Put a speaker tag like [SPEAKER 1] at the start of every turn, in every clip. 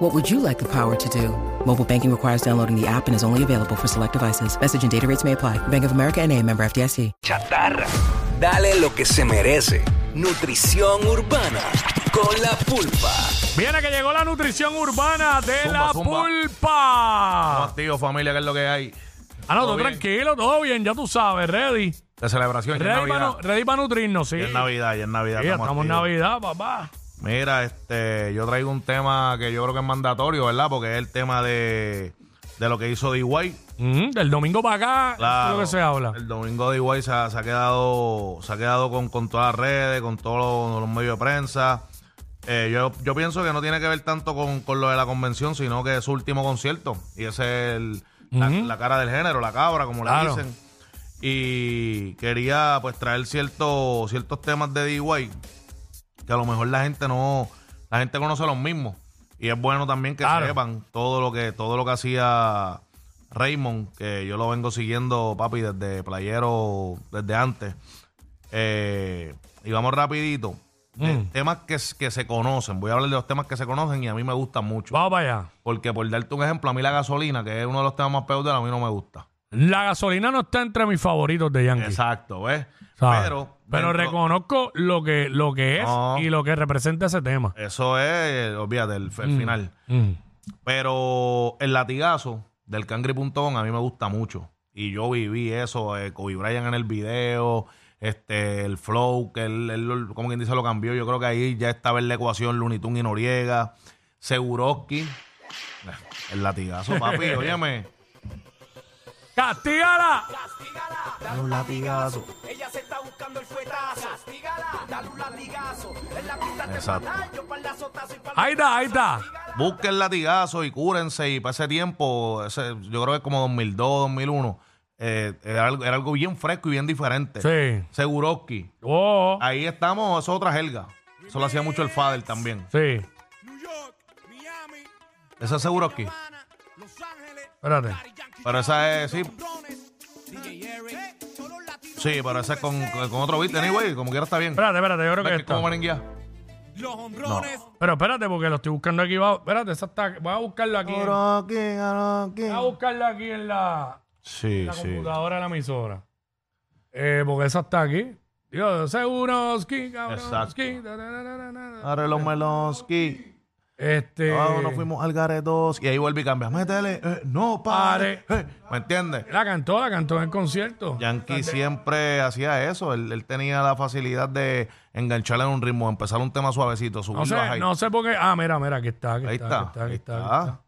[SPEAKER 1] What would you like the power to do? Mobile banking requires downloading the app and is only available for select devices. Message and data rates may apply. Bank of America and a member FDIC.
[SPEAKER 2] Chatarra. Dale lo que se merece. Nutrición urbana con la pulpa.
[SPEAKER 3] Viene que llegó la nutrición urbana de
[SPEAKER 4] Zumba,
[SPEAKER 3] la
[SPEAKER 4] zumba.
[SPEAKER 3] pulpa.
[SPEAKER 4] Estamos activos, familia, que es lo que hay.
[SPEAKER 3] Ah, no,
[SPEAKER 4] todo
[SPEAKER 3] tú
[SPEAKER 4] bien.
[SPEAKER 3] tranquilo, todo bien, ya tú sabes, ready.
[SPEAKER 4] La celebración ya es
[SPEAKER 3] Ready para
[SPEAKER 4] Navidad.
[SPEAKER 3] nutrirnos, sí.
[SPEAKER 4] Ya es Navidad, ya es Navidad.
[SPEAKER 3] Sí, ya estamos en
[SPEAKER 4] activos.
[SPEAKER 3] Navidad, papá.
[SPEAKER 4] Mira, este, yo traigo un tema que yo creo que es mandatorio, ¿verdad? Porque es el tema de, de lo que hizo D.Y.
[SPEAKER 3] Mm, del domingo para acá,
[SPEAKER 4] Claro,
[SPEAKER 3] es lo que se habla.
[SPEAKER 4] El domingo D.Y. Se, ha- se ha quedado, se ha quedado con, con todas las redes, con todos los, los medios de prensa. Eh, yo, yo pienso que no tiene que ver tanto con, con lo de la convención, sino que es su último concierto. Y ese es el- la,
[SPEAKER 3] Ujú.
[SPEAKER 4] la cara del género, la cabra, como
[SPEAKER 3] Claro.
[SPEAKER 4] le dicen. Y quería pues traer cierto, ciertos temas de D.Y. que a lo mejor la gente no, la gente conoce los mismos. Y es bueno también que
[SPEAKER 3] Claro.
[SPEAKER 4] sepan todo lo que, todo lo que hacía Raymond, que yo lo vengo siguiendo, papi, desde playero, desde antes. Eh, y vamos rapidito. De
[SPEAKER 3] Mm.
[SPEAKER 4] Temas que, s- que se conocen. Voy a hablar de los temas que se conocen y a mí me gustan mucho.
[SPEAKER 3] Vamos para allá.
[SPEAKER 4] Porque por darte un ejemplo, a mí la gasolina, que es uno de los temas más peores, a mí no me gusta.
[SPEAKER 3] La gasolina no está entre mis favoritos de Yankee.
[SPEAKER 4] Exacto, ¿ves?
[SPEAKER 3] ¿sabes?
[SPEAKER 4] Pero,
[SPEAKER 3] Pero
[SPEAKER 4] dentro-
[SPEAKER 3] reconozco lo que, lo que es
[SPEAKER 4] No.
[SPEAKER 3] y lo que representa ese tema.
[SPEAKER 4] Eso es, eh, olvídate, el, el final.
[SPEAKER 3] Mm.
[SPEAKER 4] Pero el latigazo del cangri.com a mí me gusta mucho. Y yo viví eso, eh, Kobe Bryant en el video, este, el flow, que él, él lo- como quien dice, lo cambió. Yo creo que ahí ya estaba en la ecuación Looney Tunes y Noriega, Seguroski. El latigazo, papi, óyeme.
[SPEAKER 3] ¡Castígala!
[SPEAKER 4] Un latigazo.
[SPEAKER 5] Ella se está buscando el fuetazo. Castígala, dale un latigazo. En la pista te
[SPEAKER 4] Exacto.
[SPEAKER 5] fatal, yo pa'l lazotazo y pa'l-
[SPEAKER 3] Ahí está, ahí está.
[SPEAKER 4] Busquen latigazo y cúrense. Y para ese tiempo, ese- yo creo que como 2002, 2001, eh, era, algo, era algo bien fresco y bien diferente.
[SPEAKER 3] Sí.
[SPEAKER 4] Seguroski.
[SPEAKER 3] Oh,
[SPEAKER 4] Ahí estamos, eso es otra helga. Eso lo hacía mucho el Fader también.
[SPEAKER 3] sí.
[SPEAKER 4] Ese es seguro aquí.
[SPEAKER 3] Espérate.
[SPEAKER 4] Pero esa es, sí. Sí, pero esa es con, con otro beat, anyway, como quiera está bien.
[SPEAKER 3] Espérate, espérate, yo creo que
[SPEAKER 4] ¿Ves que
[SPEAKER 3] está.
[SPEAKER 4] ¿Cómo merenguea? No.
[SPEAKER 3] Pero espérate, porque lo estoy buscando aquí. Va, espérate, esa está, voy a buscarlo aquí. en- Voy a buscarlo aquí en la, en
[SPEAKER 4] Sí,
[SPEAKER 3] la
[SPEAKER 4] sí.
[SPEAKER 3] computadora de la emisora. Eh, porque esa está aquí. Digo, Seguroski, Cabroski.
[SPEAKER 4] Exacto.
[SPEAKER 3] da, da, da, da, da, da.
[SPEAKER 4] Ahora los Melonsky.
[SPEAKER 3] Este.
[SPEAKER 4] Ahora nos Ah, fuimos al Garetos. Y ahí vuelve y cambia. Métele. eh, no, pare. eh. ¿Me entiendes?
[SPEAKER 3] La cantó, la cantó en el concierto.
[SPEAKER 4] Yankee siempre hacía eso. Él, él tenía la facilidad de engancharle en un ritmo, empezar un tema suavecito, subirlo
[SPEAKER 3] No sé,
[SPEAKER 4] a high.
[SPEAKER 3] no sé por qué. Ah, mira, mira, aquí está. Aquí
[SPEAKER 4] Ahí
[SPEAKER 3] está,
[SPEAKER 4] está.
[SPEAKER 3] aquí
[SPEAKER 4] Ahí
[SPEAKER 3] está, aquí está.
[SPEAKER 4] está.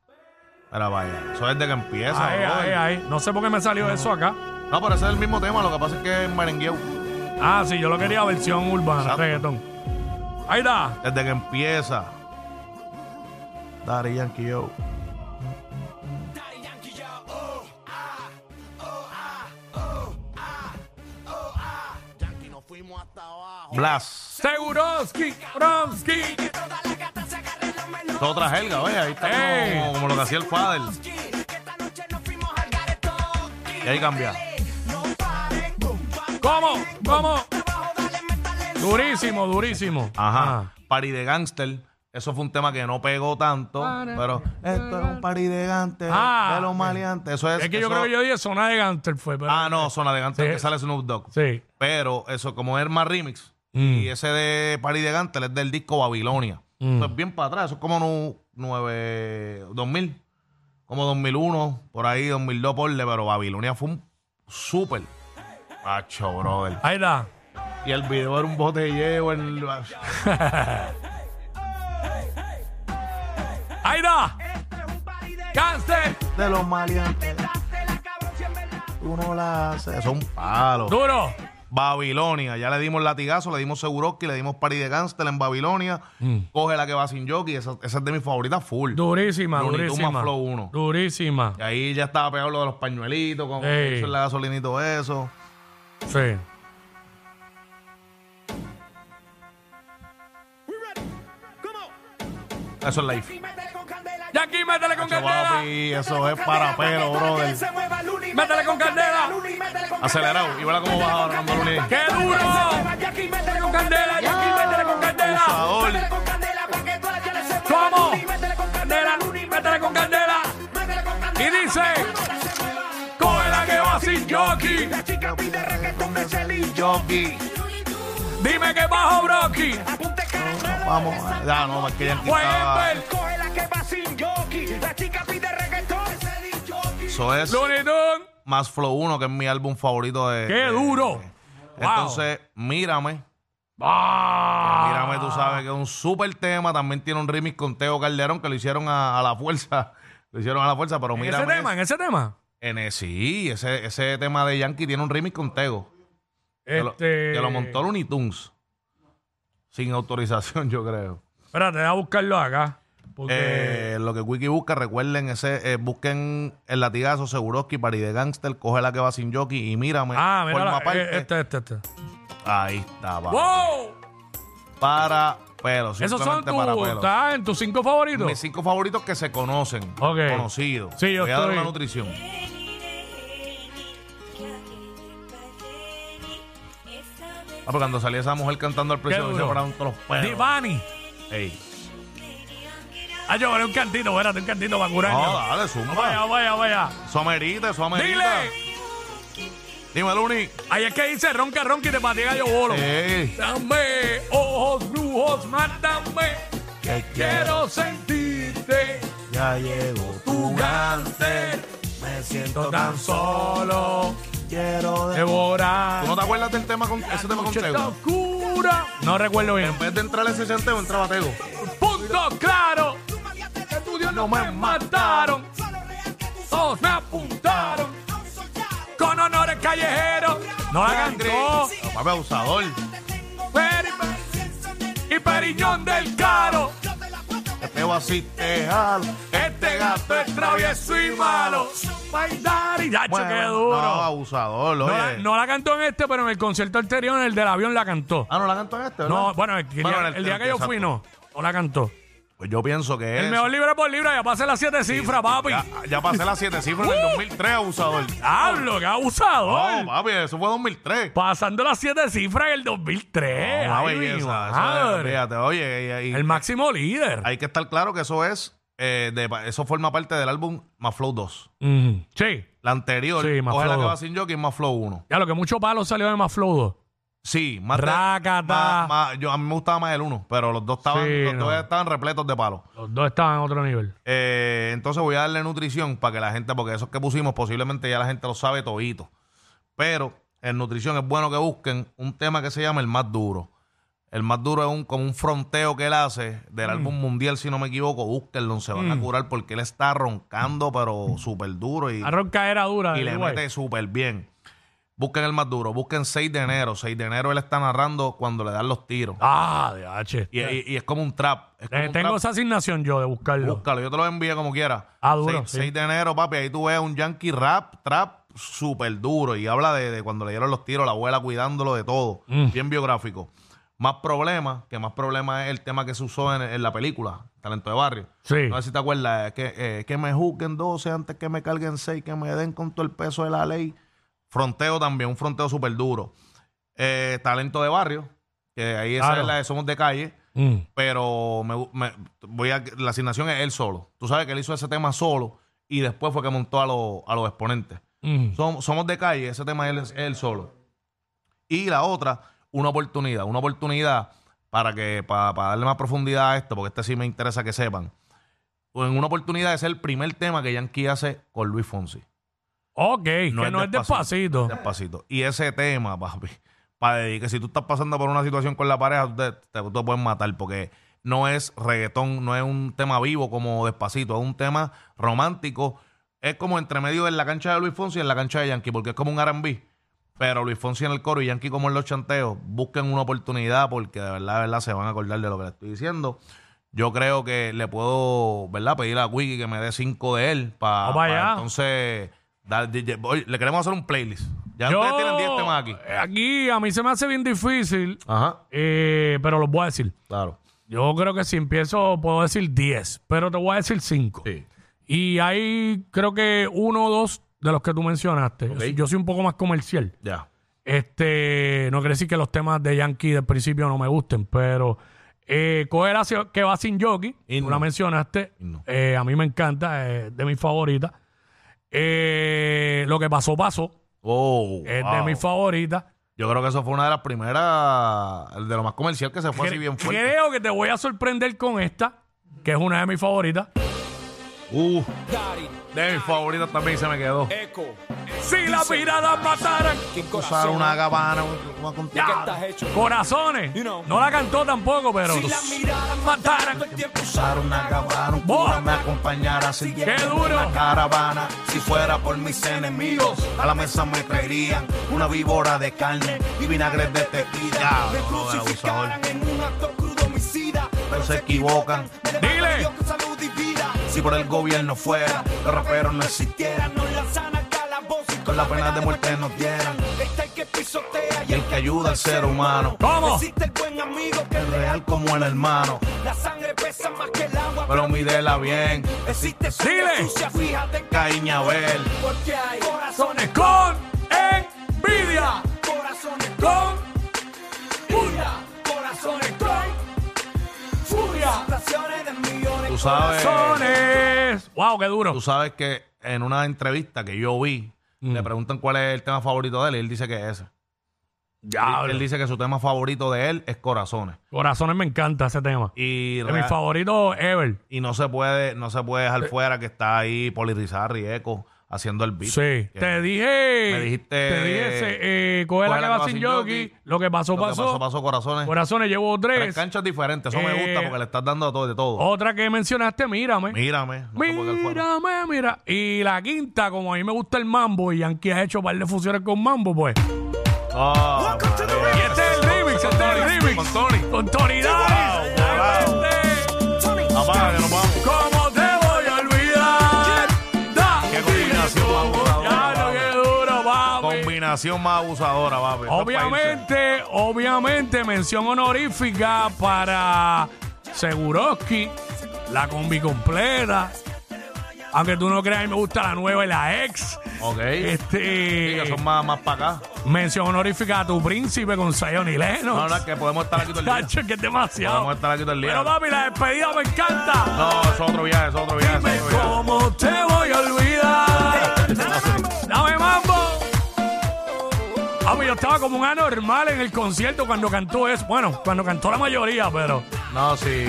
[SPEAKER 4] Ahora vaya. Eso es de que empieza.
[SPEAKER 3] Ahí,
[SPEAKER 4] brother.
[SPEAKER 3] ahí, ahí. No sé por qué me salió eso acá.
[SPEAKER 4] No, pero ese es el mismo tema, lo que pasa es que es merengueo.
[SPEAKER 3] Ah, sí, yo lo quería versión urbana,
[SPEAKER 4] Exacto.
[SPEAKER 3] reggaetón. Ahí está.
[SPEAKER 4] Desde que empieza. Daddy Yankee Yo. Blas.
[SPEAKER 3] Seguroski, Bromski.
[SPEAKER 4] Esto es otra helga, ve, ahí está
[SPEAKER 3] Ey.
[SPEAKER 4] como, como lo que hacía el Fader. Y ahí cambia.
[SPEAKER 3] ¿Cómo? ¿Cómo? Durísimo, durísimo. Ah.
[SPEAKER 4] Ajá. Party de Gangster. Eso fue un tema que no pegó tanto, pero esto es un party de gangster,
[SPEAKER 3] Ah.
[SPEAKER 4] de los maleantes. Eso
[SPEAKER 3] Ah.
[SPEAKER 4] es.
[SPEAKER 3] Es que yo
[SPEAKER 4] eso-
[SPEAKER 3] creo que yo dije zona de Gantel fue, pero.
[SPEAKER 4] Ah, no, zona de gangster
[SPEAKER 3] Sí.
[SPEAKER 4] que sale Snoop Dogg.
[SPEAKER 3] Sí.
[SPEAKER 4] Pero eso, como es más remix,
[SPEAKER 3] Mm.
[SPEAKER 4] y ese de Party de Gantel es del disco Babilonia.
[SPEAKER 3] Mm.
[SPEAKER 4] Eso es bien para atrás, eso es como nu- nueve 2000, como 2001, por ahí, 2002, porle, pero Babilonia fue un súper. Macho, brother.
[SPEAKER 3] Ahí está.
[SPEAKER 4] Y el video era un botelleo. El...
[SPEAKER 3] Ahí está. Gangster.
[SPEAKER 4] De los maleantes. Uno la hace. Eso es un palo.
[SPEAKER 3] Duro.
[SPEAKER 4] Babilonia. Ya le dimos latigazo, le dimos Seguroski, le dimos Party de Gangster en Babilonia.
[SPEAKER 3] Mm.
[SPEAKER 4] Coge la que va sin jockey. Esa, esa es de mis favoritas full.
[SPEAKER 3] Durísima,
[SPEAKER 4] Looney Tunes
[SPEAKER 3] durísima.
[SPEAKER 4] más Flow uno.
[SPEAKER 3] Durísima.
[SPEAKER 4] Y ahí ya estaba pegado lo de los pañuelitos, con
[SPEAKER 3] Ey.
[SPEAKER 4] eso, el gasolinito, eso.
[SPEAKER 3] Sí.
[SPEAKER 4] Eso es live.
[SPEAKER 3] Jackie, métele con
[SPEAKER 4] Chacho,
[SPEAKER 3] candela.
[SPEAKER 4] papi, eso es para pelo, brother.
[SPEAKER 3] Métele con candela.
[SPEAKER 4] Acelerado. Y verá cómo baja ahora Ramón Luli.
[SPEAKER 3] ¡Qué duro! Métele con candela, Jackie, métele con candela.
[SPEAKER 4] Abusador.
[SPEAKER 3] ¿Cómo? Candela, métele con candela. Y dice, coge la que va sin jockey.
[SPEAKER 4] Yogi.
[SPEAKER 3] Dime que bajo Brocky.
[SPEAKER 4] Vamos. Ya, no, es que ya
[SPEAKER 3] Fue
[SPEAKER 4] estaba-
[SPEAKER 3] Ember,
[SPEAKER 4] Eso es
[SPEAKER 3] Looney Tunes.
[SPEAKER 4] Más Flow 1, que es mi álbum favorito de.
[SPEAKER 3] ¡Qué
[SPEAKER 4] de-
[SPEAKER 3] duro!
[SPEAKER 4] Entonces, mírame.
[SPEAKER 3] ¡Ah!
[SPEAKER 4] Mírame, tú sabes que es un súper tema. También tiene un remix con Teo Calderón que lo hicieron a, a la fuerza. Lo hicieron a la fuerza, pero
[SPEAKER 3] ¿En
[SPEAKER 4] mírame.
[SPEAKER 3] ese tema? ¿En ese tema?
[SPEAKER 4] En el- sí, ese, ese tema de Yankee tiene un remix con Tego. Que, lo,
[SPEAKER 3] Este,
[SPEAKER 4] que lo montó Looney Tunes. Sin autorización, yo creo.
[SPEAKER 3] Espérate, voy a buscarlo acá. Porque
[SPEAKER 4] Eh, lo que Wiki busca, recuerden ese, eh, busquen el latigazo Seguroski, Party de Gangster, coge la que va sin jockey y mírame.
[SPEAKER 3] Ah, mira,
[SPEAKER 4] forma
[SPEAKER 3] la- eh,
[SPEAKER 4] parte.
[SPEAKER 3] este, este, este.
[SPEAKER 4] Ahí está, va.
[SPEAKER 3] ¡Wow!
[SPEAKER 4] Para pelos.
[SPEAKER 3] Esos son
[SPEAKER 4] simplemente para
[SPEAKER 3] tus,
[SPEAKER 4] pelos.
[SPEAKER 3] ¿estás en tus cinco favoritos?
[SPEAKER 4] Mis cinco favoritos que se conocen.
[SPEAKER 3] Ok.
[SPEAKER 4] Conocidos.
[SPEAKER 3] Sí, yo
[SPEAKER 4] Voy a dar
[SPEAKER 3] estoy-
[SPEAKER 4] una nutrición. Ah, pero cuando salía esa mujer cantando al precio, se
[SPEAKER 3] duro.
[SPEAKER 4] pararon todos los pelos.
[SPEAKER 3] Divani.
[SPEAKER 4] Ey.
[SPEAKER 3] Ah, yo veré un cantito, espérate, un cantito para curarlo.
[SPEAKER 4] No, dale,
[SPEAKER 3] Vaya,
[SPEAKER 4] zumba.
[SPEAKER 3] vaya, vaya.
[SPEAKER 4] Eso amerita, eso amerita.
[SPEAKER 3] Dile.
[SPEAKER 4] Dime, Luni.
[SPEAKER 3] Ahí es que dice ronca, ronca y te patea yo bolo.
[SPEAKER 4] Eh, Ey.
[SPEAKER 3] Dame ojos, brujos, mátame. Que quiero sentirte.
[SPEAKER 4] Ya llegó
[SPEAKER 3] tu gánster.
[SPEAKER 4] Me
[SPEAKER 3] Siento tan solo. Quiero devorar.
[SPEAKER 4] ¿Tú no te acuerdas del tema con ese tema con
[SPEAKER 3] Noche
[SPEAKER 4] Tego?
[SPEAKER 3] está oscura. No recuerdo bien.
[SPEAKER 4] En vez de entrar ese chanteo, entraba Tego.
[SPEAKER 3] Punto claro. Estudios no me mataron. Todos me apuntaron. Con honores callejeros. No hagan todo.
[SPEAKER 4] No, papi, abusador.
[SPEAKER 3] Y Periñón del Caro.
[SPEAKER 4] Tego así te jalo.
[SPEAKER 3] Este gato es travieso
[SPEAKER 4] Este
[SPEAKER 3] y malo. Bailar y dacho, qué
[SPEAKER 4] Bueno, No,
[SPEAKER 3] duro.
[SPEAKER 4] abusador,
[SPEAKER 3] No la,
[SPEAKER 4] oye.
[SPEAKER 3] no la cantó en este, pero en el concierto anterior, en el del avión, la cantó.
[SPEAKER 4] Ah, no la cantó en este, ¿verdad?
[SPEAKER 3] No, bueno, el, que-
[SPEAKER 4] Bueno, en
[SPEAKER 3] el día que yo fui,
[SPEAKER 4] exacto.
[SPEAKER 3] no. No la cantó.
[SPEAKER 4] Pues yo pienso que es.
[SPEAKER 3] El mejor libra por libra, ya pasé las siete cifras, papi.
[SPEAKER 4] Ya, ya pasé las siete cifras en el
[SPEAKER 3] Uh.
[SPEAKER 4] 2003, abusador.
[SPEAKER 3] Hablo, que abusador.
[SPEAKER 4] No, papi, eso fue 2003.
[SPEAKER 3] Pasando las siete cifras en el 2003.
[SPEAKER 4] No, Oh, una
[SPEAKER 3] Ay, mi
[SPEAKER 4] belleza, eso es-
[SPEAKER 3] madre.
[SPEAKER 4] fíjate, oye, y- y-
[SPEAKER 3] el máximo líder.
[SPEAKER 4] hay que estar claro que eso es, eh, de- eso forma parte del álbum Más Flow 2.
[SPEAKER 3] Ujú. Sí.
[SPEAKER 4] La anterior,
[SPEAKER 3] Sí, Más
[SPEAKER 4] coge la
[SPEAKER 3] Flow
[SPEAKER 4] que
[SPEAKER 3] 2.
[SPEAKER 4] va sin Jockey, Más Flow 1.
[SPEAKER 3] Ya lo que mucho palo salió de Maflow 2.
[SPEAKER 4] Sí, más de-
[SPEAKER 3] Rácata.
[SPEAKER 4] más- más- yo, a mí me gustaba más el 1, pero los dos estaban,
[SPEAKER 3] Sí,
[SPEAKER 4] los dos
[SPEAKER 3] no.
[SPEAKER 4] estaban repletos de palos.
[SPEAKER 3] Los dos estaban en otro nivel.
[SPEAKER 4] Eh, entonces voy a darle nutrición para que la gente, porque esos que pusimos posiblemente ya la gente lo sabe todito. Pero en nutrición es bueno que busquen un tema que se llama el más duro. El más duro es un, como un fronteo que él hace del
[SPEAKER 3] Mm.
[SPEAKER 4] álbum mundial, si no me equivoco. Búsquenlo, se van a curar porque él está roncando, pero súper duro y,
[SPEAKER 3] La ronca era dura.
[SPEAKER 4] y
[SPEAKER 3] del
[SPEAKER 4] le
[SPEAKER 3] Uruguay.
[SPEAKER 4] mete súper bien. Busquen el más duro, busquen 6 de enero. 6 de enero él está narrando cuando le dan los tiros.
[SPEAKER 3] Ah, de H.
[SPEAKER 4] Y, y- y es como un trap. es como
[SPEAKER 3] Eh,
[SPEAKER 4] un
[SPEAKER 3] tengo
[SPEAKER 4] trap.
[SPEAKER 3] esa asignación yo de buscarlo.
[SPEAKER 4] Búscalo, yo te lo envío como quiera.
[SPEAKER 3] Ah, duro,
[SPEAKER 4] 6,
[SPEAKER 3] sí.
[SPEAKER 4] de enero, papi, ahí tú ves un yankee rap, trap súper duro. Y habla de, de cuando le dieron los tiros, la abuela cuidándolo de todo.
[SPEAKER 3] Mm.
[SPEAKER 4] Bien biográfico. Más problemas, que más problemas es el tema que se usó en, en la película, Talento de Barrio.
[SPEAKER 3] Sí.
[SPEAKER 4] No sé si te acuerdas, es que, eh, que me juzguen 12 antes que me carguen 6, que me den con todo el peso de la ley. Fronteo también, un fronteo súper duro. Eh, talento de barrio, que ahí esa
[SPEAKER 3] Claro.
[SPEAKER 4] es la de Somos de Calle
[SPEAKER 3] Mm.
[SPEAKER 4] pero me, me- voy a, la asignación es él solo. Tú sabes que él hizo ese tema solo y después fue que montó a, los- a los exponentes.
[SPEAKER 3] Mm.
[SPEAKER 4] Som- somos de calle, ese tema él es él solo. Y la otra, una oportunidad, una oportunidad para que para, para darle más profundidad a esto, porque este sí me interesa que sepan. En una oportunidad es el primer tema que Yankee hace con Luis Fonsi.
[SPEAKER 3] Ok, que no es despacito.
[SPEAKER 4] Despacito. Y ese tema, papi, para que si tú estás pasando por una situación con la pareja, tú te, te- tú te puedes matar porque no es reggaetón, no es un tema vivo como despacito, es un tema romántico. Es como entre medio en la cancha de Luis Fonsi y en la cancha de Yankee, porque es como un R&B. Pero Luis Fonsi en el coro y Yankee como en los chanteos, busquen una oportunidad porque de verdad, de verdad se van a acordar de lo que le estoy diciendo. Yo creo que le puedo, ¿verdad? Pedir a Wiki que me dé cinco de él para
[SPEAKER 3] Vamos allá.
[SPEAKER 4] entonces, da- di- di- oye, le queremos hacer un playlist. Ya
[SPEAKER 3] Yo-
[SPEAKER 4] ustedes tienen 10 temas aquí.
[SPEAKER 3] eh, Aquí a mí se me hace bien difícil,
[SPEAKER 4] Ajá,
[SPEAKER 3] eh, pero los voy a decir.
[SPEAKER 4] claro.
[SPEAKER 3] Yo creo que si empiezo puedo decir 10, pero te voy a decir 5.
[SPEAKER 4] Sí.
[SPEAKER 3] Y hay creo que uno o dos de los que tú mencionaste. Yo
[SPEAKER 4] Ok.
[SPEAKER 3] soy- Yo, soy un poco más comercial.
[SPEAKER 4] Ya.
[SPEAKER 3] Este, no quiere decir que los temas de Yankee del principio no me gusten, pero eh, coger hacia- que va sin jockey, tú
[SPEAKER 4] Himno.
[SPEAKER 3] la mencionaste,
[SPEAKER 4] Himno.
[SPEAKER 3] eh, a mí me encanta, es de mis favoritas. Eh, lo que pasó, pasó,
[SPEAKER 4] Oh,
[SPEAKER 3] es de
[SPEAKER 4] wow.
[SPEAKER 3] mis favoritas.
[SPEAKER 4] Yo creo que eso fue una de las primeras, el de lo más comercial que se fue así
[SPEAKER 3] Cre-
[SPEAKER 4] bien fuerte.
[SPEAKER 3] creo que te voy a sorprender con esta, que es una de mis favoritas.
[SPEAKER 4] Uh,
[SPEAKER 5] Dari,
[SPEAKER 4] de mis favoritas también se me quedó.
[SPEAKER 3] Eh,
[SPEAKER 5] Eco,
[SPEAKER 3] Si las miradas mataran,
[SPEAKER 5] King
[SPEAKER 4] Usar
[SPEAKER 5] Corazón.
[SPEAKER 4] una gabana, un- un-
[SPEAKER 5] ¿De qué estás hecho?
[SPEAKER 3] corazones.
[SPEAKER 5] You know.
[SPEAKER 3] No la cantó tampoco, pero
[SPEAKER 5] Si las miradas mataran, todo el tiempo
[SPEAKER 4] usar
[SPEAKER 5] usaron
[SPEAKER 4] una gabana, un
[SPEAKER 3] Bo-
[SPEAKER 4] cura me acompañara sin
[SPEAKER 3] qué duro.
[SPEAKER 4] caravana. Si fuera por mis enemigos, a la mesa me traerían una víbora de carne y vinagre de tequila.
[SPEAKER 5] Me crucificaran en un acto crudo homicida, pero se equivocan. Me levanta
[SPEAKER 3] Dile.
[SPEAKER 5] Dios con salud y vida.
[SPEAKER 4] Si por el gobierno fuera, los raperos no existieran.
[SPEAKER 5] Nos lanzan al calabozo y
[SPEAKER 4] Con la pena de muerte nos dieran.
[SPEAKER 5] Está el que pisotea y
[SPEAKER 4] Y el que ayuda al ser humano.
[SPEAKER 3] ¿Cómo?
[SPEAKER 5] Existe el buen amigo que es
[SPEAKER 4] El real como el hermano.
[SPEAKER 5] La sangre pesa más que el agua.
[SPEAKER 4] Pero mídela bien,
[SPEAKER 5] Existe
[SPEAKER 3] Dile.
[SPEAKER 5] sangre sucia, fíjate
[SPEAKER 4] Caín y Abel.
[SPEAKER 5] porque hay
[SPEAKER 3] corazones
[SPEAKER 5] corazones,
[SPEAKER 3] con envidia.
[SPEAKER 5] corazones
[SPEAKER 3] Con
[SPEAKER 5] con ira, corazones con furia, situaciones de millones.
[SPEAKER 4] Tú sabes,
[SPEAKER 3] corazones. Wow, qué duro.
[SPEAKER 4] tú sabes que en una entrevista que yo vi,
[SPEAKER 3] Mm.
[SPEAKER 4] le preguntan cuál es el tema favorito de él y él dice que es ese. Él,
[SPEAKER 3] Diablo.
[SPEAKER 4] él dice que su tema favorito de él es Corazones.
[SPEAKER 3] Corazones me encanta ese tema.
[SPEAKER 4] Y,
[SPEAKER 3] De
[SPEAKER 4] rea-
[SPEAKER 3] mis favoritos ever.
[SPEAKER 4] y no se puede no se puede dejar fuera que está ahí Poli Rizarri, Eco, haciendo el beat.
[SPEAKER 3] Sí,
[SPEAKER 4] Que
[SPEAKER 3] te dije.
[SPEAKER 4] Me dijiste,
[SPEAKER 3] Te dije, ese, eh, coge la que va sin jockey. Lo que pasó,
[SPEAKER 4] lo que
[SPEAKER 3] pasó.
[SPEAKER 4] pasó, pasó, Corazones.
[SPEAKER 3] Corazones llevo
[SPEAKER 4] Tres
[SPEAKER 3] tres.
[SPEAKER 4] canchas diferentes, eso me
[SPEAKER 3] Eh,
[SPEAKER 4] gusta porque le estás dando a todo de todo.
[SPEAKER 3] Otra que mencionaste, mírame.
[SPEAKER 4] Mírame. no te puedo quedar fuera.
[SPEAKER 3] Mírame, mira. Y la quinta, como a mí me gusta el mambo y Yankee ha hecho un par de fusiones con mambo, pues.
[SPEAKER 4] Ah,
[SPEAKER 3] Y este es el remix, este es el remix. Con Tony. Con Tony Dice.
[SPEAKER 4] Wow.
[SPEAKER 3] Este,
[SPEAKER 4] Apaga, que nos vamos.
[SPEAKER 3] ¿Cómo te voy a olvidar? Da,
[SPEAKER 4] Qué combinación más
[SPEAKER 3] Ya
[SPEAKER 4] abusadora.
[SPEAKER 3] lo que duro, papi.
[SPEAKER 4] Combinación más abusadora, papi. Esto es pa' irse.
[SPEAKER 3] Obviamente, obviamente, mención honorífica para Seguroski, la combi completa. Aunque tú no creas, a mí me gusta la nueva y la ex.
[SPEAKER 4] Ok. Sí,
[SPEAKER 3] Este,
[SPEAKER 4] que son más, más para acá.
[SPEAKER 3] mención honorífica a tu príncipe con Zion y
[SPEAKER 4] No,
[SPEAKER 3] Lennox.
[SPEAKER 4] no, es que podemos estar aquí todo el día.
[SPEAKER 3] Chacho, que es demasiado.
[SPEAKER 4] Podemos estar aquí todo el día.
[SPEAKER 3] Pero papi, la despedida me encanta.
[SPEAKER 4] No, es otro viaje, es otro viaje.
[SPEAKER 3] Dime
[SPEAKER 4] Es otro viaje.
[SPEAKER 3] cómo te voy a olvidar. Dame mambo. Papi, yo estaba como un anormal en el concierto cuando cantó eso. Bueno, cuando cantó la mayoría, pero.
[SPEAKER 4] No, sí.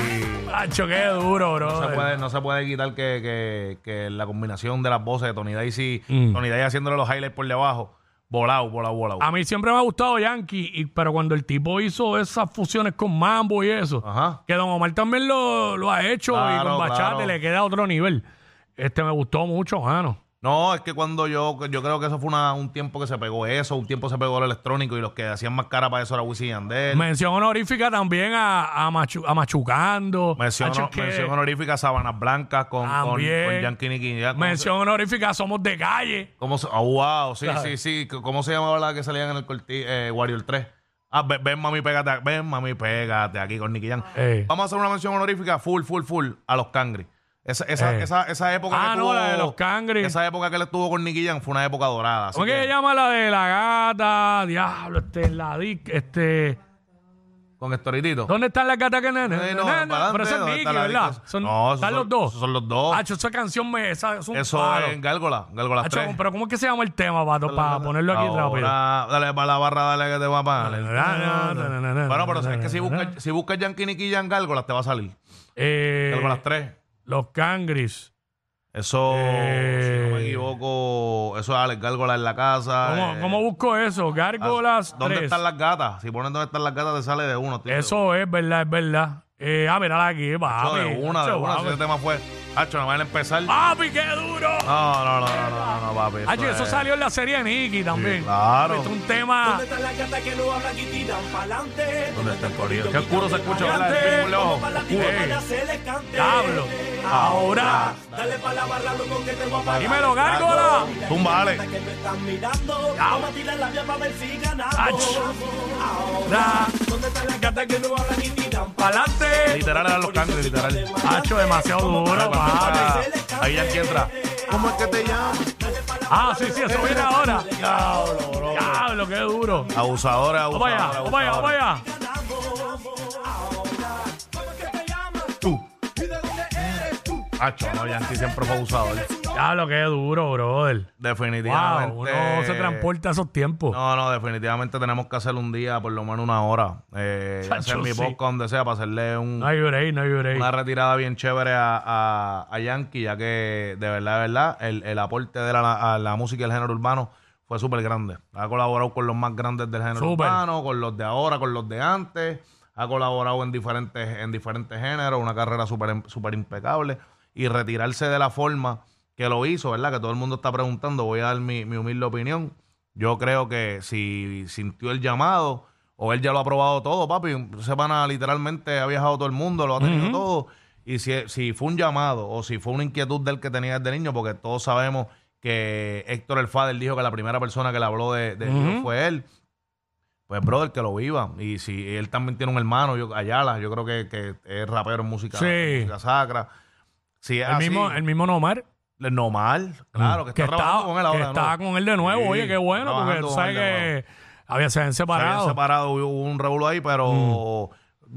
[SPEAKER 3] Chacho, qué duro, bro.
[SPEAKER 4] No se puede, no se puede quitar que, que- que la combinación de las voces de Tony Daisy,
[SPEAKER 3] Mm.
[SPEAKER 4] Tony Daisy haciéndole los highlights por debajo, volado, volado, volado.
[SPEAKER 3] A mí siempre me ha gustado Yankee, y- pero cuando el tipo hizo esas fusiones con mambo y eso.
[SPEAKER 4] Ajá.
[SPEAKER 3] Que Don Omar también lo, lo ha hecho y
[SPEAKER 4] Ah. Claro,
[SPEAKER 3] con Bachate
[SPEAKER 4] claro.
[SPEAKER 3] le queda a otro nivel. Este me gustó mucho, mano.
[SPEAKER 4] No, es que cuando yo, yo creo que eso fue una- un tiempo que se pegó eso, un tiempo se pegó el electrónico y los que hacían más cara para eso era Wisin y Yandel.
[SPEAKER 3] Mención honorífica también a, a, Machu- a Machucando.
[SPEAKER 4] mención,
[SPEAKER 3] Hacho, que-
[SPEAKER 4] mención honorífica a Sabanas Blancas con, con, con
[SPEAKER 3] También.
[SPEAKER 4] Yankee Nicki. Ya, ¿cómo se-
[SPEAKER 3] mención honorífica a Somos de Calle.
[SPEAKER 4] ¿Cómo se, oh, wow, sí,
[SPEAKER 3] Claro.
[SPEAKER 4] sí, sí. C- ¿Cómo se llamaba la que salían en el corti, eh, Warrior 3? Ah, ve- ven, mami, pégate, a- ven, mami, pégate aquí con Nicky Jam.
[SPEAKER 3] Eh.
[SPEAKER 4] Vamos a hacer una mención honorífica full, full, full a los Cangri. Esa, esa,
[SPEAKER 3] Eh.
[SPEAKER 4] esa, esa época
[SPEAKER 3] Ah,
[SPEAKER 4] que
[SPEAKER 3] no,
[SPEAKER 4] tuvo,
[SPEAKER 3] la de los Cangri.
[SPEAKER 4] Esa época que él estuvo con Nicky Jam fue una época dorada. así
[SPEAKER 3] ¿Cómo es que
[SPEAKER 4] que
[SPEAKER 3] se llama la de la gata? Diablo, este, la dic, este.
[SPEAKER 4] Con Estoritito.
[SPEAKER 3] ¿Dónde están las gatas que nene?
[SPEAKER 4] Eh, no,
[SPEAKER 3] Nene,
[SPEAKER 4] para
[SPEAKER 3] pero
[SPEAKER 4] adelante,
[SPEAKER 3] ese es
[SPEAKER 4] ¿dónde
[SPEAKER 3] Nicky,
[SPEAKER 4] está la
[SPEAKER 3] ¿verdad?
[SPEAKER 4] dic?
[SPEAKER 3] Son,
[SPEAKER 4] No, esos
[SPEAKER 3] están
[SPEAKER 4] son-
[SPEAKER 3] los dos.
[SPEAKER 4] esos son los dos.
[SPEAKER 3] Hacho, esa canción me. Esa, es un
[SPEAKER 4] Eso
[SPEAKER 3] palo.
[SPEAKER 4] es en Gárgola, Gárgola
[SPEAKER 3] Hacho,
[SPEAKER 4] 3.
[SPEAKER 3] pero ¿cómo es que se llama el tema para, para ponerlo aquí rápido?
[SPEAKER 4] Ahora, Dale para la barra, dale que te va a
[SPEAKER 3] Na, na, na, na, na,
[SPEAKER 4] pagar. Bueno, pero
[SPEAKER 3] na,
[SPEAKER 4] es que si
[SPEAKER 3] na, na.
[SPEAKER 4] buscas si buscas Yankee Nicky Jam Gárgolas, te va a salir.
[SPEAKER 3] Eh,
[SPEAKER 4] Gárgolas 3.
[SPEAKER 3] los cangris.
[SPEAKER 4] Eso, si no
[SPEAKER 3] Eh.
[SPEAKER 4] me equivoco, eso es Alex Gárgola en la casa.
[SPEAKER 3] ¿Cómo,
[SPEAKER 4] eh,
[SPEAKER 3] cómo busco eso? Gárgolas.
[SPEAKER 4] Ah, ¿Dónde
[SPEAKER 3] tres.
[SPEAKER 4] están las gatas? Si pones dónde están las gatas, te sale de uno. estoy seguro.
[SPEAKER 3] Eso es verdad, es verdad. Eh, ah, mirala aquí,
[SPEAKER 4] Eso
[SPEAKER 3] papi.
[SPEAKER 4] de una, de
[SPEAKER 3] Hacho,
[SPEAKER 4] una. Si ese
[SPEAKER 3] papi.
[SPEAKER 4] tema fue. Hacho, nada más al empezar. No,
[SPEAKER 3] ¡Papi, qué duro!
[SPEAKER 4] no, no, no, no, no, no, papi. eso
[SPEAKER 3] Hacho, Ah, eso
[SPEAKER 4] es-
[SPEAKER 3] salió en la serie de Nicky también.
[SPEAKER 4] claro.
[SPEAKER 3] Es un tema.
[SPEAKER 5] ¿Dónde están las gatas que no hablan y tiran pa'lante?
[SPEAKER 4] ¿Dónde está el corrido? Qué oscuro se escucha, ¿verdad?
[SPEAKER 3] Adelante.
[SPEAKER 4] El triángulo, ojo.
[SPEAKER 5] Para la
[SPEAKER 4] Oscuro.
[SPEAKER 5] tirada, para hacer el cante.
[SPEAKER 3] Diablo. Ahora.
[SPEAKER 5] Dale para la barra, loco, que te voy a pagar.
[SPEAKER 3] Dímelo, Gárgola.
[SPEAKER 4] Tumba, Alex.
[SPEAKER 5] Que me están mirando. Vamos a tirar la vía para ver si ganamos.
[SPEAKER 3] Ach.
[SPEAKER 5] Ahora.
[SPEAKER 3] Da.
[SPEAKER 5] ¿Dónde
[SPEAKER 6] están las gatas que no hablan y ni dan pa'
[SPEAKER 3] ¡Pa'lante!
[SPEAKER 4] Literal eran los cangres, literal.
[SPEAKER 3] Hacho, demasiado duro,
[SPEAKER 4] Ah,
[SPEAKER 3] pa.
[SPEAKER 4] ahí ya aquí entra. ¿Cómo es que te llamas?
[SPEAKER 3] Ah, sí, sí, eso viene ahora.
[SPEAKER 4] Diablo, bro.
[SPEAKER 3] Diablo, qué duro.
[SPEAKER 4] Abusadora,
[SPEAKER 3] Vamos allá,
[SPEAKER 4] abusadora.
[SPEAKER 3] vamos allá, vamos
[SPEAKER 4] abusadora.
[SPEAKER 3] allá.
[SPEAKER 4] Tú. Hacho, no, Yankee siempre fue abusador.
[SPEAKER 3] Diablo, qué duro, brother.
[SPEAKER 4] Definitivamente.
[SPEAKER 3] Wow, uno se transporta a esos tiempos.
[SPEAKER 4] No, no, definitivamente tenemos que hacer un día, por lo menos una hora. Eh,
[SPEAKER 3] Chacho,
[SPEAKER 4] hacer mi
[SPEAKER 3] sí.
[SPEAKER 4] podcast donde sea para hacerle un,
[SPEAKER 3] No hay break, no hay break.
[SPEAKER 4] una retirada bien chévere a, a- a Yankee, ya que de verdad, de verdad, el, el aporte de la, a la música y el género urbano fue súper grande. Ha colaborado con los más grandes del género
[SPEAKER 3] Súper.
[SPEAKER 4] urbano, con los de ahora, con los de antes. Ha colaborado en diferentes, en diferentes géneros, una carrera súper em- súper impecable. Y retirarse de la forma que lo hizo, ¿verdad? Que todo el mundo está preguntando, voy a dar mi, mi humilde opinión. Yo creo que si sintió el llamado, o él ya lo ha probado todo, papi, ese pana literalmente ha viajado todo el mundo, lo ha tenido todo. Y si, si fue un llamado o si fue una inquietud del que tenía desde niño, porque todos sabemos que Héctor el Fader dijo que la primera persona que le habló de, de Dios fue él. Pues, brother, que lo viva. Y si él también tiene un hermano, yo, Ayala, yo creo que, que es rapero en música,
[SPEAKER 3] Sí.
[SPEAKER 4] en música sacra. Si es
[SPEAKER 3] el,
[SPEAKER 4] así,
[SPEAKER 3] mismo, el mismo Nomar.
[SPEAKER 4] no mal, claro, que está trabajando con él
[SPEAKER 3] que
[SPEAKER 4] ahora.
[SPEAKER 3] estaba
[SPEAKER 4] ¿no?
[SPEAKER 3] con él de nuevo.
[SPEAKER 4] Sí,
[SPEAKER 3] Oye, qué bueno, porque tú
[SPEAKER 4] trabajando con
[SPEAKER 3] sabes
[SPEAKER 4] él de nuevo.
[SPEAKER 3] que había, se habían
[SPEAKER 4] Se
[SPEAKER 3] separado.
[SPEAKER 4] habían separado, hubo un revuelo ahí, pero
[SPEAKER 3] Mm.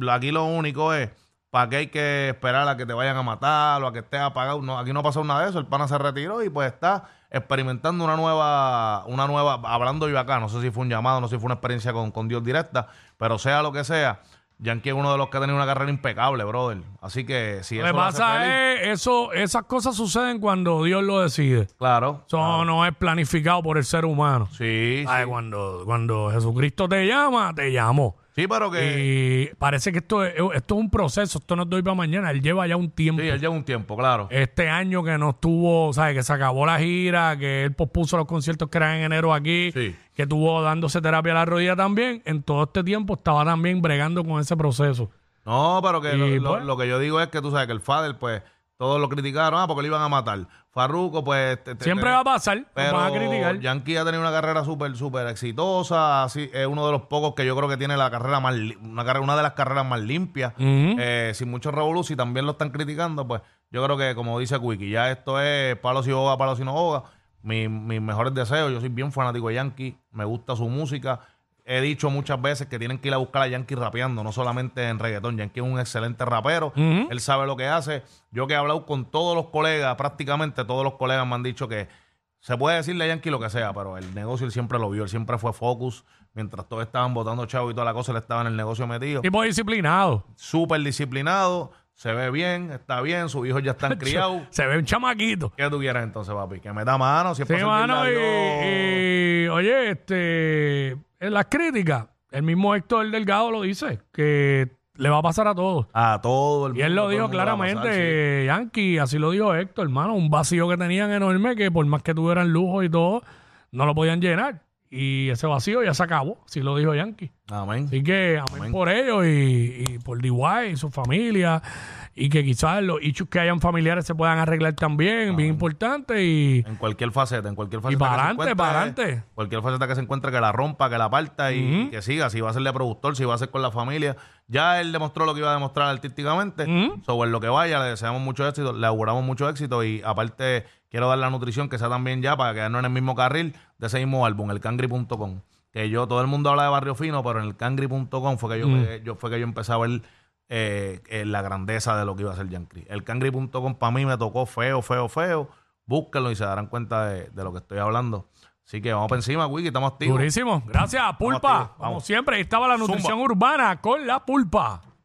[SPEAKER 4] lo- aquí lo único es, ¿para qué hay que esperar a que te vayan a matar o a que estés apagado? No, aquí no ha pasado nada de eso, el pana se retiró y pues está experimentando una nueva, una nueva, hablando yo acá, no sé si fue un llamado, no sé si fue una experiencia con, con Dios directa, pero sea lo que sea, Yankee es uno de los que ha tenido una carrera impecable, brother. Así que si
[SPEAKER 3] Lo
[SPEAKER 4] eso
[SPEAKER 3] que
[SPEAKER 4] lo hace feliz,
[SPEAKER 3] pasa es, eso, esas cosas suceden cuando Dios lo decide.
[SPEAKER 4] claro.
[SPEAKER 3] Eso no es planificado por el ser humano.
[SPEAKER 4] Sí,
[SPEAKER 3] Ay,
[SPEAKER 4] sí.
[SPEAKER 3] Cuando, cuando Jesucristo te llama, te llamó.
[SPEAKER 4] Sí, pero que...
[SPEAKER 3] Y parece que esto es, esto es un proceso, esto no es de hoy para mañana, él lleva ya un tiempo.
[SPEAKER 4] Sí, él lleva un tiempo, claro.
[SPEAKER 3] Este año que no estuvo, ¿sabes? Que se acabó la gira, que él pospuso los conciertos que eran en enero aquí,
[SPEAKER 4] Sí.
[SPEAKER 3] que estuvo dándose terapia a la rodilla también. En todo este tiempo estaba también bregando con ese proceso.
[SPEAKER 4] No, pero que lo,
[SPEAKER 3] Y,
[SPEAKER 4] lo-
[SPEAKER 3] pues.
[SPEAKER 4] lo que yo digo es que tú sabes que el Fader, pues, todos lo criticaron, ah, porque lo iban a matar. Farruco, pues. te- te-
[SPEAKER 3] Siempre
[SPEAKER 4] te-
[SPEAKER 3] va a pasar, nos
[SPEAKER 4] Pero
[SPEAKER 3] van a criticar.
[SPEAKER 4] Yankee ha tenido una carrera súper, súper exitosa. Así, es uno de los pocos que yo creo que tiene la carrera más li- una, carrera, una de las carreras más limpias.
[SPEAKER 3] Ujú.
[SPEAKER 4] eh, sin mucho revolución, y también lo están criticando, pues yo creo que, como dice Quickie, ya esto es palo si boga, palo si no boga. Mi- mis mejores deseos, yo soy bien fanático de Yankee, me gusta su música. He dicho muchas veces que tienen que ir a buscar a Yankee rapeando, no solamente en reggaetón. Yankee es un excelente rapero,
[SPEAKER 3] Ujú.
[SPEAKER 4] él sabe lo que hace. Yo que he hablado con todos los colegas, prácticamente todos los colegas me han dicho que se puede decirle a Yankee lo que sea, pero el negocio él siempre lo vio, él siempre fue focus. Mientras todos estaban votando chavo y toda la cosa, él estaba en el negocio metido
[SPEAKER 3] Tipo disciplinado.
[SPEAKER 4] súper disciplinado, se ve bien, está bien, sus hijos ya están criados.
[SPEAKER 3] Se ve un chamaquito.
[SPEAKER 4] ¿Qué tú quieres entonces, papi? Que me da mano,
[SPEAKER 3] Sí,
[SPEAKER 4] siempre
[SPEAKER 3] mano, y,
[SPEAKER 4] sentirle a Dios.
[SPEAKER 3] y, oye, este, en las críticas, el mismo Héctor Delgado lo dice, que le va a pasar a todos.
[SPEAKER 4] a todo el
[SPEAKER 3] Y él lo
[SPEAKER 4] mundo, todo el
[SPEAKER 3] dijo
[SPEAKER 4] mundo la va a pasar,
[SPEAKER 3] claramente, eh, Yankee, así lo dijo Héctor, hermano, un vacío que tenían enorme que por más que tuvieran lujo y todo, no lo podían llenar. Y ese vacío ya se acabó, así lo dijo Yankee.
[SPEAKER 4] sí. Amén.
[SPEAKER 3] Así que amén, por ellos y, y por DY y su familia y que quizás los issues que hayan familiares se puedan arreglar también, bien importante y...
[SPEAKER 4] En cualquier faceta, en cualquier faceta.
[SPEAKER 3] para
[SPEAKER 4] que se
[SPEAKER 3] adelante,
[SPEAKER 4] encuentre,
[SPEAKER 3] para adelante.
[SPEAKER 4] Cualquier faceta que se encuentre, que la rompa, que la parta y que siga. Si va a ser de productor, si va a ser con la familia. Ya él demostró lo que iba a demostrar artísticamente. Sobre lo que vaya, le deseamos mucho éxito, le auguramos mucho éxito y aparte quiero dar la nutrición que sea también ya para quedarnos en el mismo carril de ese mismo álbum, el cangri.com. Que yo, todo el mundo habla de Barrio Fino, pero en el cangri.com fue que yo, yo fue que yo empecé a ver eh, eh, la grandeza de lo que iba a ser Yankee. El cangri.com para mí me tocó feo, feo, feo. Búsquenlo y se darán cuenta de, de lo que estoy hablando. Así que vamos para encima, Wiki, estamos activos.
[SPEAKER 3] Durísimo. Gracias, Pulpa.
[SPEAKER 4] activos, vamos.
[SPEAKER 3] Como siempre, ahí estaba la nutrición
[SPEAKER 4] Zumba.
[SPEAKER 3] urbana con la Pulpa.